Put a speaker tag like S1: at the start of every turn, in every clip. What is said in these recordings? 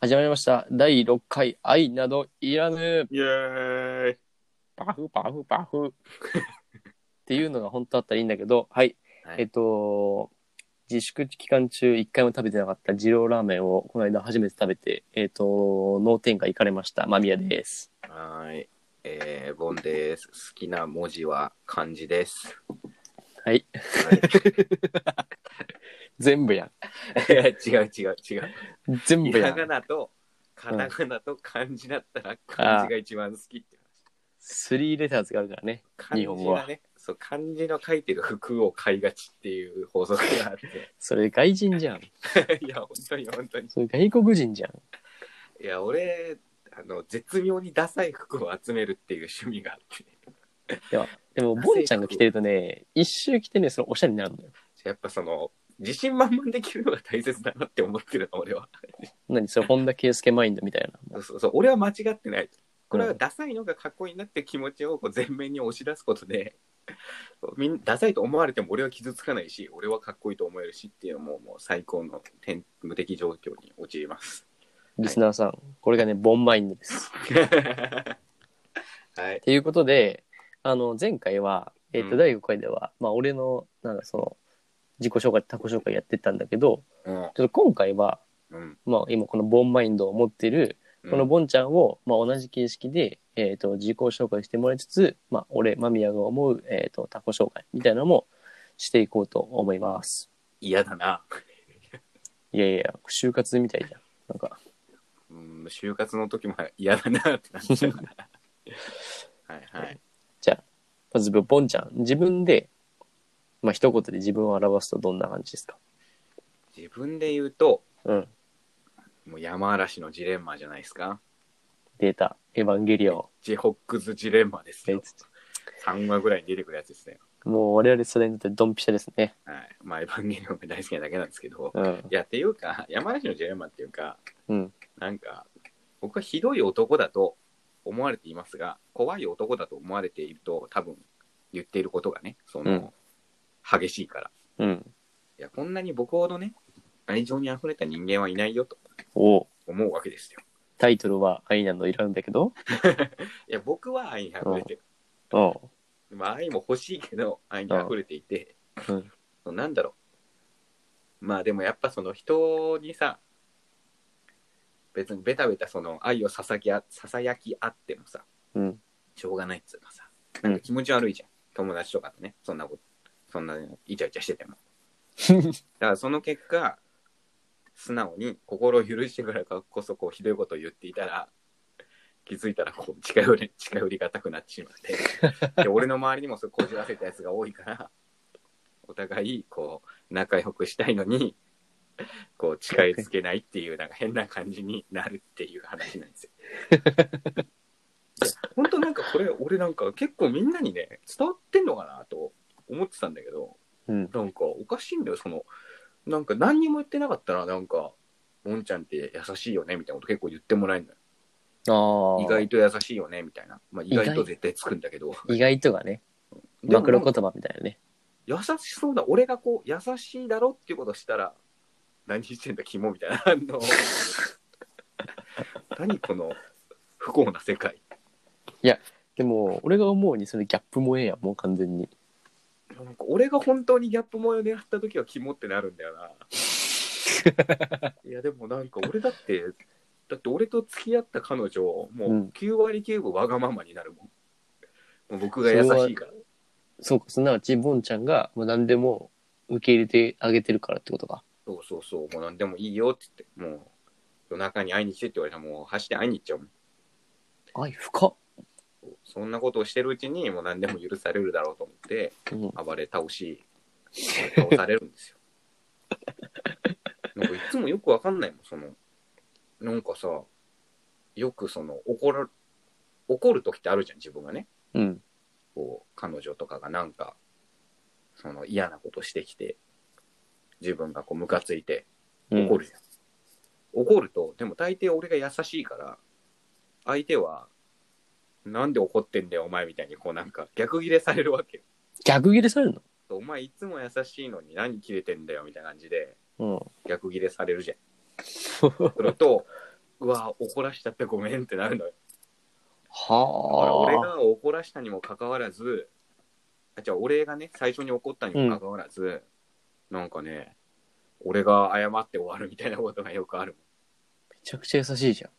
S1: 始まりました。第6回、愛などいらぬ。
S2: イエーイ
S1: パフパフパフ。っていうのが本当あったらいいんだけど、はい。
S2: はい
S1: えっと、自粛期間中一回も食べてなかった二郎ラーメンをこの間初めて食べて、えっと、脳天下行かれました。間宮です。
S2: はーい。えー、ボンです。好きな文字は漢字です。
S1: はい。全部や
S2: い や違う違う違う。
S1: ん。全
S2: ひ
S1: 部や
S2: ら
S1: ん
S2: が。なとカタカナと漢字だったら漢字が一番好きって
S1: スリーレターズがあるからね。
S2: 話。
S1: 日
S2: 漢
S1: 本
S2: 字
S1: 語は
S2: がね、そう、漢字の書いてる服を買いがちっていう法則があっ
S1: それ外人じゃん。
S2: て。 いや、本当に本当に。
S1: それ外国人じゃん。
S2: いや、俺、あの、絶妙にダサい服を集めるっていう趣味があって。
S1: でも、ボンちゃんが着てるとね、一周着てね、そのおしゃれになるんだよ。
S2: やっぱその、自信満々できるのが大切だなって思ってるの、俺は。
S1: 何それ、本田圭佑マインドみたいな。
S2: そうそうそう俺は間違ってない これはダサいのがかっこいいなって気持ちをこう前面に押し出すことで みんダサいと思われても俺は傷つかないし俺はかっこいいと思えるしっていうのももう最高の天無敵状況に陥ります
S1: リスナーさん、これがね、ボンマインドです。
S2: はい
S1: ということで、あの、前回は、えっ、
S2: う
S1: と、
S2: ん
S1: 第5回では、まあ、俺の、なんかその、自己紹介、他己紹介やってたんだけど、
S2: うん
S1: ちょっと今回は、
S2: うん
S1: まあ、今このボンマインドを持ってる、このボンちゃんを、まあ、同じ形式で、えっ、と、自己紹介してもらいつつ、まあ、俺、間宮が思う、えっ、と、他己紹介みたいなのもしていこうと思います。
S2: 嫌だない
S1: やいや、就活みたいじゃん。なんか、
S2: うん就活の時も嫌だなってなっちゃう からはいはい
S1: まず、ボンちゃん、自分で、まあ、一言で自分を表すとどんな感じですか
S2: 自分で言うと
S1: うん。
S2: もう山嵐のジレンマじゃないですか
S1: データ、エヴァンゲリオン。
S2: ジホックズジレンマです
S1: え
S2: よ3 話ぐらいに出てくるやつですね
S1: もう我々世代にとってドンピシャですね。
S2: はい、まあ、エヴァンゲリオンが大好きなだけなんですけど、
S1: うん。
S2: いや、っていうか、 山梨のジレンマっていうか、
S1: うん。
S2: なんか、僕はひどい男だと思われていますが、怖い男だと思われていると、多分言っていることがね、その、激しいから。
S1: うん。
S2: いや、こんなに僕ほどね、愛情に溢れた人間はいないよと
S1: おう
S2: 思うわけですよ。
S1: タイトルは愛なのいらんだけど。
S2: いや、僕は愛に溢れてる。
S1: うん。
S2: まあ、愛も欲しいけど、愛に溢れていて、
S1: うん
S2: そうなんだろう。まあでもやっぱその人にさ、別にベタベタその愛をささきあささやきあってもさ、
S1: うん。
S2: しょうがないっつうかさ、
S1: うん
S2: なんか気持ち悪いじゃん。友達とかとね、そんなこと、そんなイチャイチャしてても。だからその結果、素直に心を許してからこそこうひどいことを言っていたら、気づいたらこう近寄り、近寄りがたくなってしまって、で俺の周りにもそうこじらせたやつが多いから、お互いこう仲良くしたいのに、こう近づけないっていうなんか変な感じになるっていう話なんですよ。本当なんかこれ俺なんか結構みんなにね伝わってんのかなと思ってたんだけど
S1: うん。
S2: なんかおかしいんだよそのなんか何にも言ってなかったらなんか「もんちゃんって優しいよね」みたいなこと結構言ってもらえるのよ
S1: ああ。
S2: 意外と優しいよねみたいな、まあ、意外と絶対つくんだ けど
S1: 意外とがね、
S2: でも
S1: 暴露言葉みたいなね。
S2: 優しそうだ俺がこう優しいだろっていうことしたら何してんだ肝みたいなあ の何この不幸な世界
S1: でも、俺が思うにそれギャップもええやん、もう完全に。
S2: なんか俺が本当にギャップ萌えを狙った時は肝ってなるんだよないやでもなんか俺だってだって俺と付き合った彼女もう
S1: うん
S2: 9割9分わがままになるもん、もう僕が優しいから
S1: そうか、すなわち、ボンちゃんがもう何でも受け入れてあげてるからってことか。
S2: そうそうそうもう何でもいいよって言ってもう夜中に会いに来てって言われたらもう走って会いに行っちゃうもん
S1: 愛深っ。
S2: そんなことをしてるうちにもう何でも許されるだろうと思って
S1: うん。
S2: 暴れ倒し倒されるんですよ。なんかいつもよくわかんないもんそのなんかさよくその怒る怒る時ってあるじゃん自分がね
S1: うん。
S2: こう彼女とかがなんかその嫌なことしてきて自分がこうムカついて
S1: うん
S2: 怒るじゃん、怒るとでも大抵俺が優しいから相手はなんで怒ってんだよお前みたいにこうなんか逆ギレされるわけよ
S1: 逆切れされる
S2: お前いつも優しいのに何キレてんだよみたいな感じで
S1: の
S2: 逆ギレされるじゃん
S1: うん。
S2: それとうわ怒らしちゃってごめんってなるのよだから
S1: は
S2: 俺が怒らしたにもかかわらずあじゃあ俺がね最初に怒ったにもかかわらず、なんかね俺が謝って終わるみたいなことがよくある
S1: めちゃくちゃ優しいじゃん。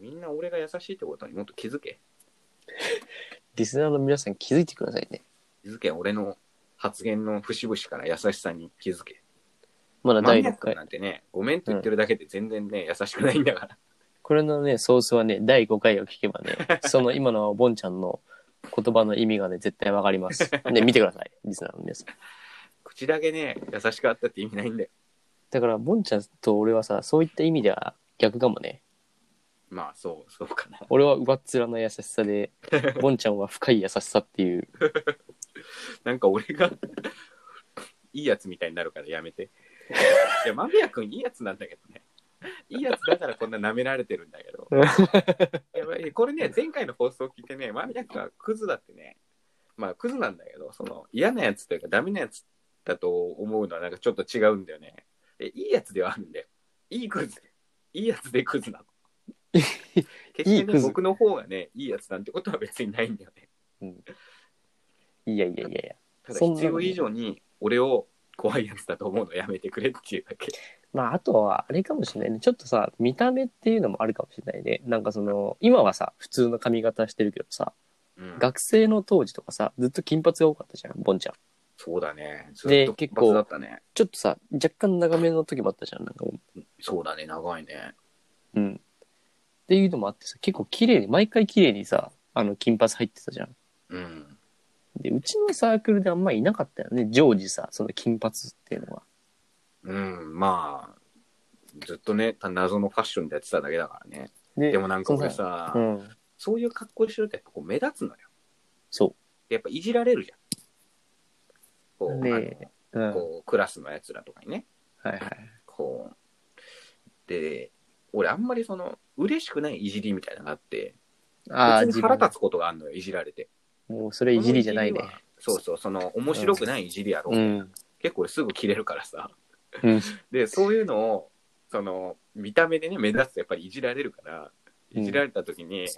S2: みんな俺が優しいってことにもっと気づけ
S1: リスナーの皆さん気づいてくださいね。
S2: 気づけ俺の発言の節々から優しさに気づけ
S1: まだ
S2: マ
S1: 第
S2: ニアッ
S1: 6
S2: ク
S1: 回。
S2: なんてねごめんと言ってるだけで全然ね、優しくないんだから
S1: これのね、ソースはね、第5回を聞けばね、その今のボンちゃんの言葉の意味がね、絶対わかります。ね、見てください。リスナーの皆さん。
S2: 口だけね優しくあったって意味ないんだよ
S1: だから、ボンちゃんと俺はさ、そういった意味では逆かもね。
S2: まあそうそうかな
S1: 俺は上っ面の優しさで、ボンちゃんは深い優しさっていう。
S2: なんか俺がいいやつみたいになるからやめて。いや、間宮君いいやつなんだけどね。いいやつだからこんな舐められてるんだ けど。やばいこれね、前回の放送を聞いてね、間宮君はクズだってね、まあクズなんだけど、その嫌なやつというかダメなやつだと思うのはなんかちょっと違うんだよね。えいいやつではあるんだよ。いいクズ。いいやつでクズ なの。決
S1: いい
S2: して
S1: ク
S2: ね、
S1: ズ
S2: 僕の方がね、いいやつなんてことは別にないんだよね。
S1: いやいやいやいや。
S2: ただ
S1: そんな
S2: 必要以上に俺を怖いやつだと思うのやめてくれっていうだけ。
S1: まあ、あとは、あれかもしれないね。ちょっとさ、見た目っていうのもあるかもしれないね。なんかその、今はさ、普通の髪型してるけどさ、
S2: うん
S1: 学生の当時とかさ、ずっと金髪が多かったじゃん、ボンちゃん。
S2: そうだね。ず
S1: で
S2: っと
S1: 結
S2: 結
S1: 構
S2: 構だったね。
S1: ちょっとさ、若干長めの時もあったじゃん、なんかも
S2: そうだね、長いね。
S1: う。うん。っていうのもあってさ、結構綺麗に、毎回綺麗にさ、あの、金髪入ってたじゃん。
S2: うん。
S1: で、うちのサークルであんまいなかったよね、常時さ、その金髪っていうのは。
S2: うん、まあ、ずっとね、謎のファッションでやってただけだからね。
S1: で
S2: でもなんか俺
S1: そ
S2: さ、
S1: のうん。
S2: そういう格好してるとやっぱこう目立つのよ。
S1: そ
S2: やっぱいじられるじゃん。こう、
S1: ねう。うん。
S2: あ
S1: は
S2: の
S1: い
S2: こうクラスのやつらとかにね。
S1: はい。
S2: こう。で、俺あんまりその、嬉しくないいじりみたいなのがあって、
S1: ああ、
S2: 別
S1: 自
S2: に腹
S1: 分
S2: 立つことがあるのよ、いじられて。
S1: もうそれいじりじゃないね
S2: こ。のいじりはそうそう、その、面白くないいじりやろ。
S1: うん。
S2: 結構俺すぐ切れるからさ。
S1: うん。
S2: で、そういうのを、その、見た目でね、目立つとやっぱりいじられるから、
S1: うん
S2: いじられた時に、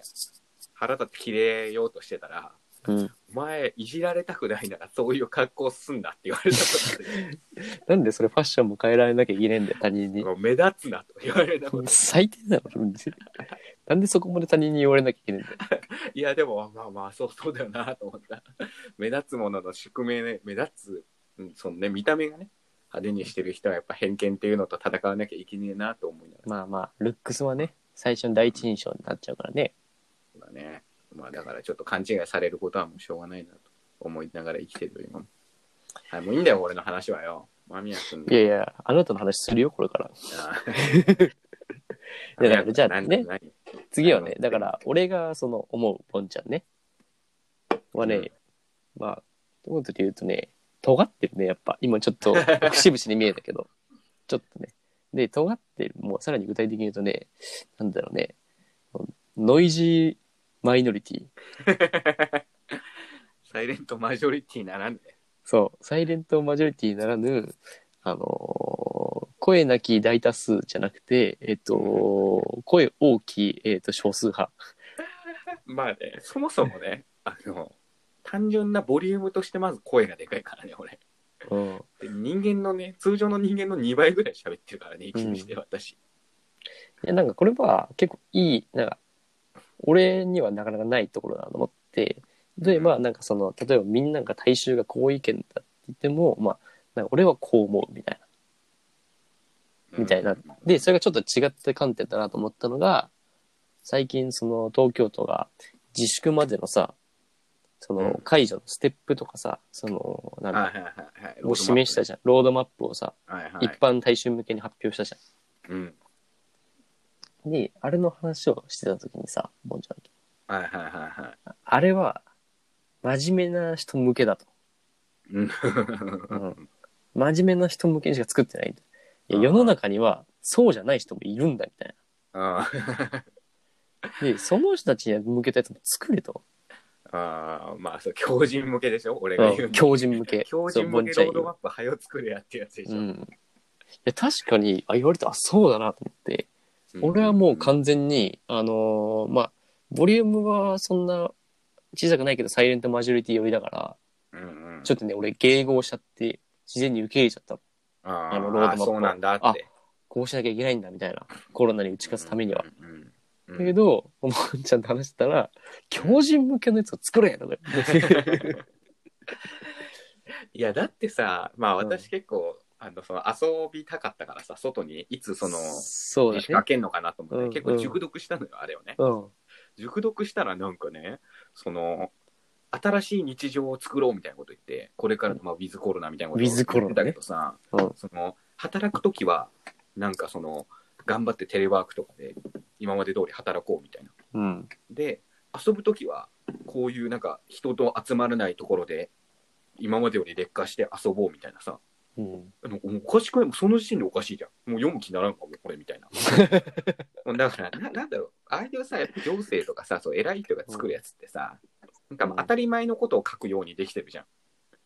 S2: 腹立って切れようとしてたら、
S1: うん。
S2: お前、いじられたくないなら、そういう格好すんなって言われたことある
S1: なんでそれファッションも変えられなきゃいけないんだよ、他 人に。
S2: 目立つなと言われたこと。
S1: 最低だろ、なんでそこまで他人に言われなきゃいけないんだよ。
S2: いや、でも、まあまあ、そうそうだよなと思った。 目立つものの宿命ね、目立つ、うん、そのね、見た目がね、派手にしてる人はやっぱ偏見っていうのと戦わなきゃいけねえなと思いながら。
S1: まあまあ、ルックスはね、最初の第一印象になっちゃうからね。
S2: そうだね。まあだからちょっと勘違いされることはもうしょうがないなと思いながら生きてるよ、今も。はい、もういいんだよ、俺の話はよ。間宮君
S1: いやいや、あなたの話するよ、これから。
S2: あ
S1: いやだからじゃあ
S2: 何
S1: ね
S2: 何
S1: 次は
S2: な
S1: ね
S2: る、ほ
S1: だ
S2: ど
S1: から、俺がその思う、ポンちゃんね。はね、
S2: うん
S1: まあ、どういうことで言うとね、尖ってるね、やっぱ。今ちょっと、節々に見えたけど。 ちょっとね。で、尖ってる、もうさらに具体的に言うとね、なんだろうね、ノイジーマイノリティ。
S2: サイレントマジョリティならんで、
S1: そう、サイレントマジョリティならぬ、あのー声なき大多数じゃなくて、えっと、声大きい、えっと、少数派。
S2: まあね、そもそもね、あの、単純なボリュームとしてまず声がでかいからね、俺。
S1: うん。
S2: で人間のね、通常の人間の2倍ぐらい喋ってるからね、一日で私。
S1: いや、なんかこれは結構いい、なんか、俺にはなかなかないところだなと思って、例えば、なんかその、例えばみんなが大衆がこう意見だって言っても、まあ、なんか俺はこう思うみたいな。
S2: うん
S1: みたいなで、それがちょっと違った観点だなと思ったのが、最近その東京都が自粛までのさ、そうの
S2: ん
S1: 解除のステップとかさ、その、なん
S2: は
S1: か、
S2: いはいはいはい。
S1: を示したじゃん。ロードマップをさ、
S2: ゃん。はいは
S1: 一
S2: い。
S1: 般大衆向けに発表したじ
S2: うん。
S1: ゃん。で、あれの話をしてた時にさ、ボンちゃんに
S2: はいはいはいはい。
S1: あれは、真面目な人向けだと。
S2: う
S1: う
S2: ん
S1: ん。真面目な人向けにしか作ってない。いや、
S2: うん
S1: 世の中には、そうじゃない人もいるんだ、みたい
S2: あ
S1: な。で、その人たちに向けたやつも作れと。
S2: あー、まあ、そう、強人向けでしょ俺が言
S1: う
S2: うんの。
S1: 強人向け。
S2: 強
S1: そう
S2: 人
S1: ボ
S2: 向
S1: ン
S2: け
S1: ちゃん
S2: ロード
S1: 言う
S2: マップ、早よ作れやってやつでしょ
S1: う。ん。いや、確かに、あ、言われたら、あそうだなと思って、俺はもう完全に、あのーまあ、ボリュームはそんな小さくないけど、サイレントマジョリティ寄りだから、
S2: うんうん
S1: ちょっとね、俺、迎合しちゃって、事前に受け入れちゃったの。
S2: あ
S1: あ
S2: あ
S1: のロードマップを
S2: そうなんだって。
S1: こうしなきゃいけないんだ、みたいな。コロナに打ち勝つためには。
S2: うんうんうん。
S1: だけど、おもんちゃんと話してたら、強人向けのやつを作れとか言って
S2: いや、だってさ、まあ
S1: うん
S2: 私結構、あの、その遊びたかったからさ、外にいつ その、
S1: そうだ
S2: 仕掛
S1: ね。
S2: けんのかなと思って、
S1: うん
S2: 結構熟読したのよ、あれをね。
S1: うん。
S2: 熟読したらなんかね、その、新しい日常を作ろうみたいなこと言って、これからの、まあ、ウィズコロナみたいなこと
S1: ウィズコロナね
S2: だけどさ、
S1: うん
S2: その、働くときは、なんかその、頑張ってテレワークとかで、今まで通り働こうみたいな。
S1: うん。
S2: で遊ぶ時はこういうなんか人と集まらないところで今までより劣化して遊ぼうみたいなさ
S1: うん。
S2: もうおかしくないその時点でおかしいじゃんもう読む気にならんかもこれみたい なだからななんだろうああいうさやっぱ行政とかさそう偉い人が作るやつってさ、なんか
S1: う
S2: まあ
S1: ん
S2: 当たり前のことを書くようにできてるじゃ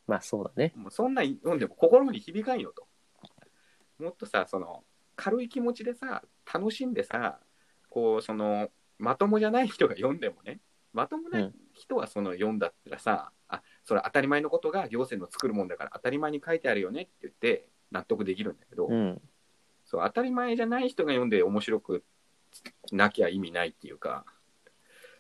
S1: まあ、そうだね。
S2: んもうそんなん読んでも心に響かんよともっとさその軽い気持ちでさ楽しんでさこうそのまともじゃない人が読んでもねまともな
S1: うん
S2: 人はその読んだったらさ、あそれ当たり前のことが行政の作るもんだから当たり前に書いてあるよねって言って納得できるんだけど、
S1: うん。
S2: そう当たり前じゃない人が読んで面白くなきゃ意味ないっていうか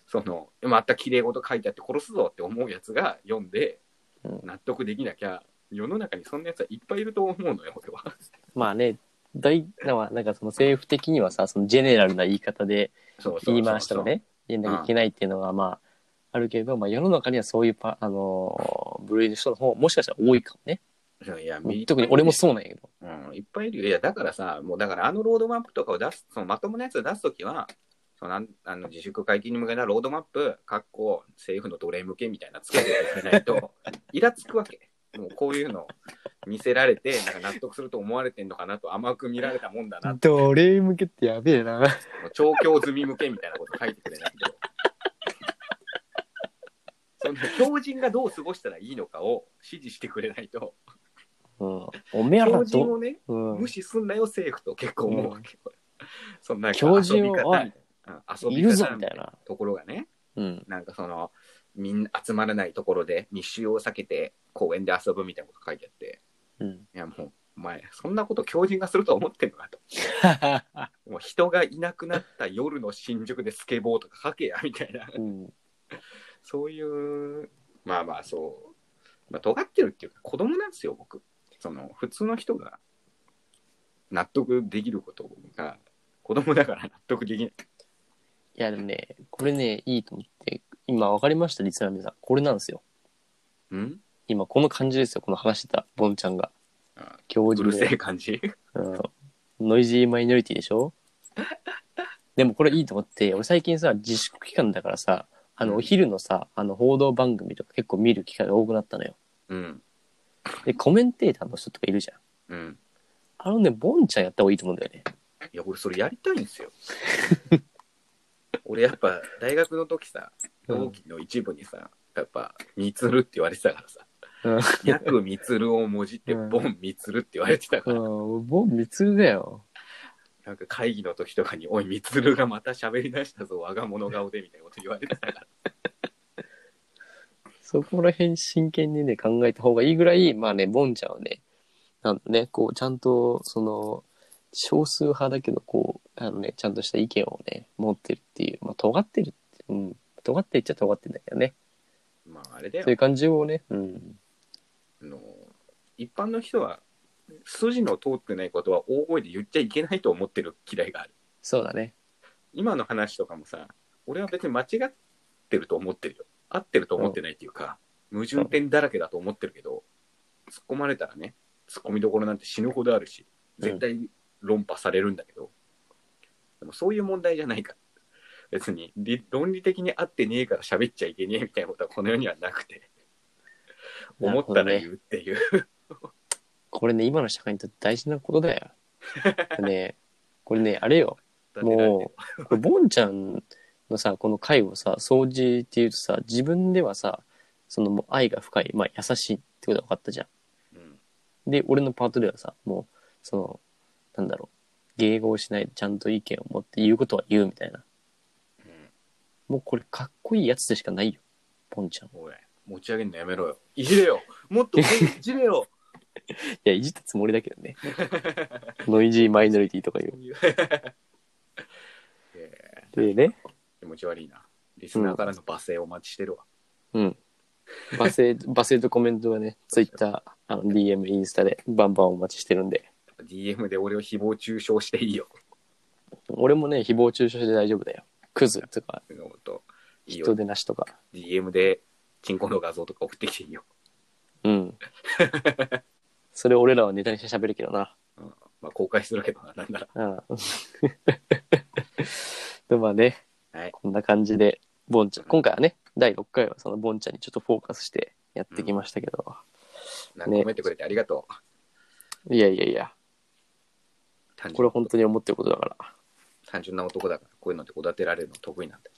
S2: そのまた綺麗事書いてあって殺すぞって思うやつが読んで
S1: うん
S2: 納得できなきゃ世の中にそんなやつはいっぱいいると思うのよ 俺は。
S1: まあね、大、なんかなんかその政府的にはさ、そのジェネラルな言い方で
S2: そうそうそうそう
S1: 言い回しとかね、言えなきゃいけないっていうのはまあ、あるけれど、まあ世の中にはそういうパ、あのー、部類の人の方、もしかしたら多いかもね。
S2: いやみ
S1: 特に俺もそうなんやけど。
S2: うん、いっぱいいるよ。いや、だからさ、もうだからあのロードマップとかを出す、そのまともなやつを出すときは、そのなんあの自粛解禁に向けたロードマップ、かっこ政府の奴隷向けみたいなつけていかないと、イラつくわけ。もうこういうの見せられて、なんか納得すると思われてんのかなと甘く見られたもんだな、
S1: 奴隷向けってやべえな。
S2: もう調教済み向けみたいなこと書いてくれないと。その強人がどう過ごしたらいいのかを指示してくれないと、
S1: うん。おめえら
S2: 強人
S1: と、
S2: をね、
S1: うん
S2: 無。視すんなよ政府と結構思うわけ、 そんな
S1: 強人をおい
S2: 遊
S1: い
S2: び
S1: る
S2: 方
S1: ぞ
S2: うん
S1: み
S2: 遊び方みた
S1: た
S2: い
S1: いな
S2: な。ところがね
S1: うん。
S2: なんかそのみんな集まらないところで密集を避けて公園で遊ぶみたいなこと書いてあって
S1: うん。
S2: いやもうお前そんなこと強人がすると思ってんのかともう人がいなくなった夜の新宿でスケボーとか書けやみたいな
S1: うん。
S2: そういうまあまあそう、まあ、尖ってるっていうか子供なんですよ僕その普通の人が納得できることが子供だから納得できない
S1: いやでもね、これね、いいと思って、今分かりました、リスナーの皆さん。これなんですよ。
S2: うん
S1: 今、この感じですよ、この話してた、ボンちゃんが
S2: あ。
S1: 教
S2: う
S1: 授
S2: るせ
S1: で
S2: え、感じ
S1: うん。ノイジーマイノリティでしょでもこれいいと思って、俺最近さ、自粛期間だからさ、あ
S2: う
S1: の、
S2: ん
S1: お昼のさ、あの、報道番組とか結構見る機会が多くなったのよ。
S2: うん
S1: で、コメンテーターの人とかいるじゃん。
S2: うん
S1: あのね、ボンちゃんやった方がいいと思うんだよね。
S2: いや俺それやりたいんですよ俺やっぱ大学の時さ同期の一部にさやっぱ「みつる」って言われてたからさ
S1: うん
S2: 「やくみつる」をもじって「
S1: うん
S2: ボンみつる」って言われてたから、
S1: うん、ボン三つだよ。
S2: なんか会議の時とかに「おいみつるがまた喋り出したぞ我が物顔で」みたいなこと言われてたから
S1: そこら辺真剣にね、考えた方がいいぐらい、まあね、ボンちゃんはね、なんだね、こう、ちゃんと、その、少数派だけど、こう、あのね、ちゃんとした意見をね、持ってるっていう、まあ、尖ってるって、うん、尖ってっちゃ尖ってんだけどね、
S2: まああれだよ
S1: そういう感じをね、うん、
S2: あの一般の人は筋の通ってないことは大声で言っちゃいけないと思ってる嫌いがある
S1: そうだね。
S2: 今の話とかもさ俺は別に間違ってると思ってるよ合ってると思ってないっていうか、矛盾点だらけだと思ってるけど突っ込まれたらね突っ込みどころなんて死ぬほどあるし絶対論破されるんだけど、でもそういう問題じゃないから別に理論理的に合ってねえから喋っちゃいけねえみたいなことはこの世にはなくて
S1: な
S2: 思
S1: る
S2: っ
S1: ほ
S2: た
S1: ど
S2: ら
S1: ね
S2: 言うっていう、
S1: これね、今の社会にとって大事なことだよ。ね、これね、あれよ、もう、これボンちゃんのさ、この回をさ、掃除っていうとさ、自分ではさ、そのもう愛が深い、まあ優しいってことが分かったじゃ
S2: うん
S1: ん。で、俺のパートではさ、もう、その、なんだろう、迎合しない、ちゃんと意見を持ってって言うことは言うみたいな。
S2: うん。
S1: もうこれかっこいいやつでしかないよ。ポンちゃん。い
S2: おい、持ち上げんのやめろよ。いじれよもっと俺いじれよ
S1: や、いじったつもりだけ どね。ノイジーマイノリティとか言
S2: え
S1: う。でね。
S2: ー気持ち悪いな。リスナーからの罵声お待ちしてるわ。
S1: うん。罵声、罵声とコメントはね、ツイッター、あの、DM、インスタでバンバンお待ちしてるんで。
S2: DM で俺を誹謗中傷していいよ。
S1: 俺もね、誹謗中傷で大丈夫だよ。クズとか、
S2: そんなこといいよ
S1: 人。でなしとか。
S2: DM で、チンコの画像とか送ってきていいよ。
S1: うん。それ俺らはネタにして喋るけどな。
S2: うんまあ、公開するけどな、なんなら。
S1: うん。 でもまあね、
S2: はい
S1: こんな感じで、ボンちゃん、今回はね、第6回はそのボンちゃんにちょっとフォーカスしてやってきましたけど、
S2: なんか褒めてくれてありがとう。
S1: いやいやいや、
S2: 単純
S1: これは本当に思ってることだから、
S2: 単純な男だから、こういうのっておだてられるの得意なんだよ。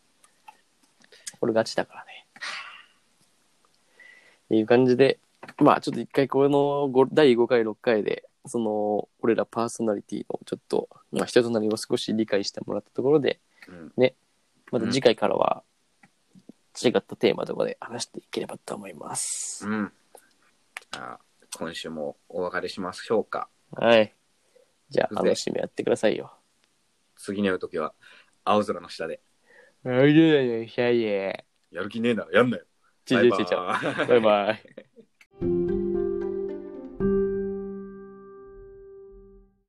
S1: これガチだからね。っていう感じで、まあちょっと一回このご第5回、6回で、その、俺らパーソナリティのちょっと、まあ人となりを少し理解してもらったところで、
S2: うん。
S1: また次回からは違ったテーマとかで話していければと思います。
S2: うん。あ今週もお別れしましょうか。
S1: はい。じゃ
S2: う
S1: あ、
S2: ぜ
S1: 楽しみやってくださいよ。
S2: 次の時は、青空の下で、
S1: はい、いやいやいやいや。
S2: やる気ねえならやんなよ。
S1: ちょいちょいちょいちょい
S2: バイバーイ
S1: バイバイ。